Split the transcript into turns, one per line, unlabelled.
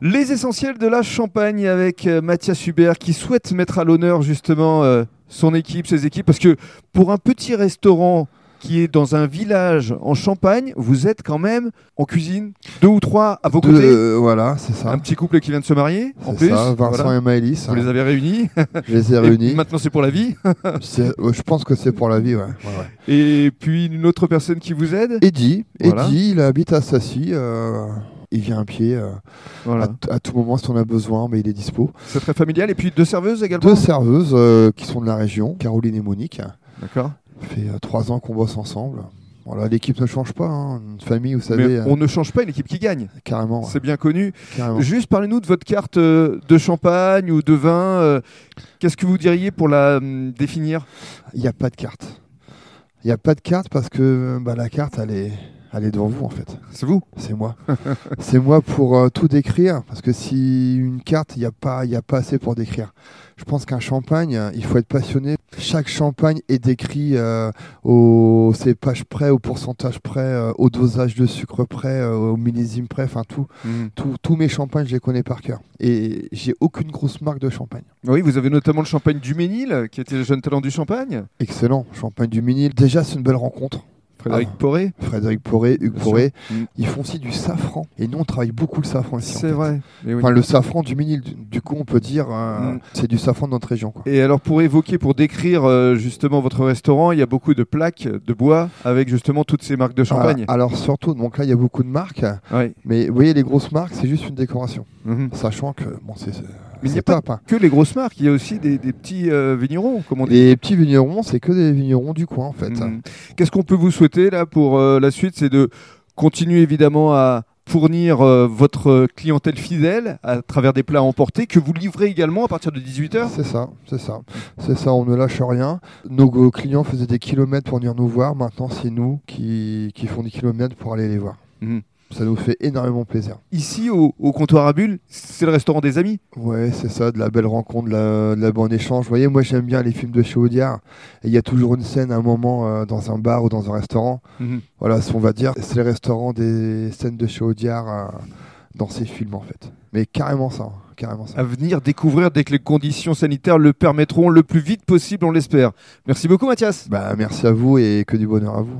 Les essentiels de la Champagne avec euh, Mathias Hubert qui souhaite mettre à l'honneur justement euh, son équipe, ses équipes, parce que pour un petit restaurant qui est dans un village en Champagne, vous êtes quand même en cuisine, deux ou trois à vos
Deux,
côtés.
euh, voilà, c'est ça.
Un petit couple qui vient de se marier, en
C'est
plus.
ça, Vincent
Voilà.
et Maëlys. hein.
Vous les avez réunis.
Je les ai
Et
réunis.
maintenant, c'est pour la vie.
C'est- euh, Je pense que c'est pour la vie, ouais.
Et puis une autre personne qui vous aide.
Eddy,
Voilà.
Eddy, il habite à Sassy. euh, il vient à pied euh, à
Voilà.
t- à, tout moment si on a besoin, mais il est dispo.
C'est très familial. Et puis deux serveuses également.
Deux serveuses euh, qui sont de la région, Caroline et Monique.
D'accord.
Ça fait euh, trois ans qu'on bosse ensemble. Voilà, l'équipe ne change pas. hein. Une famille, vous savez,
Mais
euh,
on ne change pas une équipe qui gagne.
carrément. ouais,
C'est bien connu.
carrément.
Juste parlez-nous de votre carte euh, de champagne ou de vin. euh, Qu'est-ce que vous diriez pour la hum, définir
Il n'y a pas de carte. Il n'y a pas de carte parce que bah, la carte, elle est, elle est devant vous, en fait.
C'est vous
C'est moi. c'est moi pour euh, tout décrire. Parce que si une carte, il n'y a, pas- il y a pas assez pour décrire. Je pense qu'un champagne, euh, il faut être passionné. Chaque champagne est décrit euh, au cépage près, au pourcentage près, euh, au dosage de sucre près, euh, au millésime près, enfin tout.
Hmm.
Tous- Tous mes champagnes, je les connais par cœur. Et j'ai aucune grosse marque de champagne.
Oui, vous avez notamment le champagne du Ménil, euh, qui était le jeune talent du champagne.
Excellent, champagne du Minil. Déjà, c'est une belle rencontre.
Frédéric
Ah.
Poré.
Frédéric Poré, Hugues
Bien
Poré,
sûr. Mm.
ils font aussi du safran. Et nous, on travaille beaucoup le safran ici. en
C'est
fait.
vrai. Eh oui.
Enfin, le safran du Minil, du- du coup, on peut dire, euh,
Mm.
c'est du safran de notre région. Quoi.
Et alors pour évoquer, pour décrire euh, justement votre restaurant, il y a beaucoup de plaques de bois avec justement toutes ces marques de champagne.
Ah, alors, surtout, donc là, il y a beaucoup de marques,
Ouais.
mais vous voyez, les grosses marques, c'est juste une décoration.
Mhm.
Sachant que, bon, c'est c'est-
Mais il n'y a
c'est
pas
top. hein.
que les grosses marques, il y a aussi des, des petits euh, vignerons, comme on dit.
Les petits vignerons, c'est que des vignerons du coin, en fait.
Mhm. Qu'est-ce qu'on peut vous souhaiter là pour euh, la suite C'est de continuer évidemment à fournir euh, votre euh, clientèle fidèle à travers des plats emportés que vous livrez également à partir de 18h.
C'est ça, c'est ça. C'est ça, on ne lâche rien. Nos go- clients faisaient des kilomètres pour venir nous voir. Maintenant, c'est nous qui, qui font des kilomètres pour aller les voir.
Mhm.
Ça nous fait énormément plaisir.
Ici au, au comptoir à bulles, c'est le restaurant des amis.
Ouais, c'est ça, de la belle rencontre, de la, de la bonne échange. Vous voyez, moi j'aime bien les films de chez Audiard. Et il y a toujours une scène, un moment euh, dans un bar ou dans un restaurant. Voilà, ce qu'on va dire, c'est les restaurants des scènes de chez Audiard euh, dans ces films en fait. Mais carrément ça, hein, carrément ça.
À venir découvrir dès que les conditions sanitaires le permettront le plus vite possible, on l'espère. Merci beaucoup Mathias.
Bah, merci à vous et que du bonheur à vous.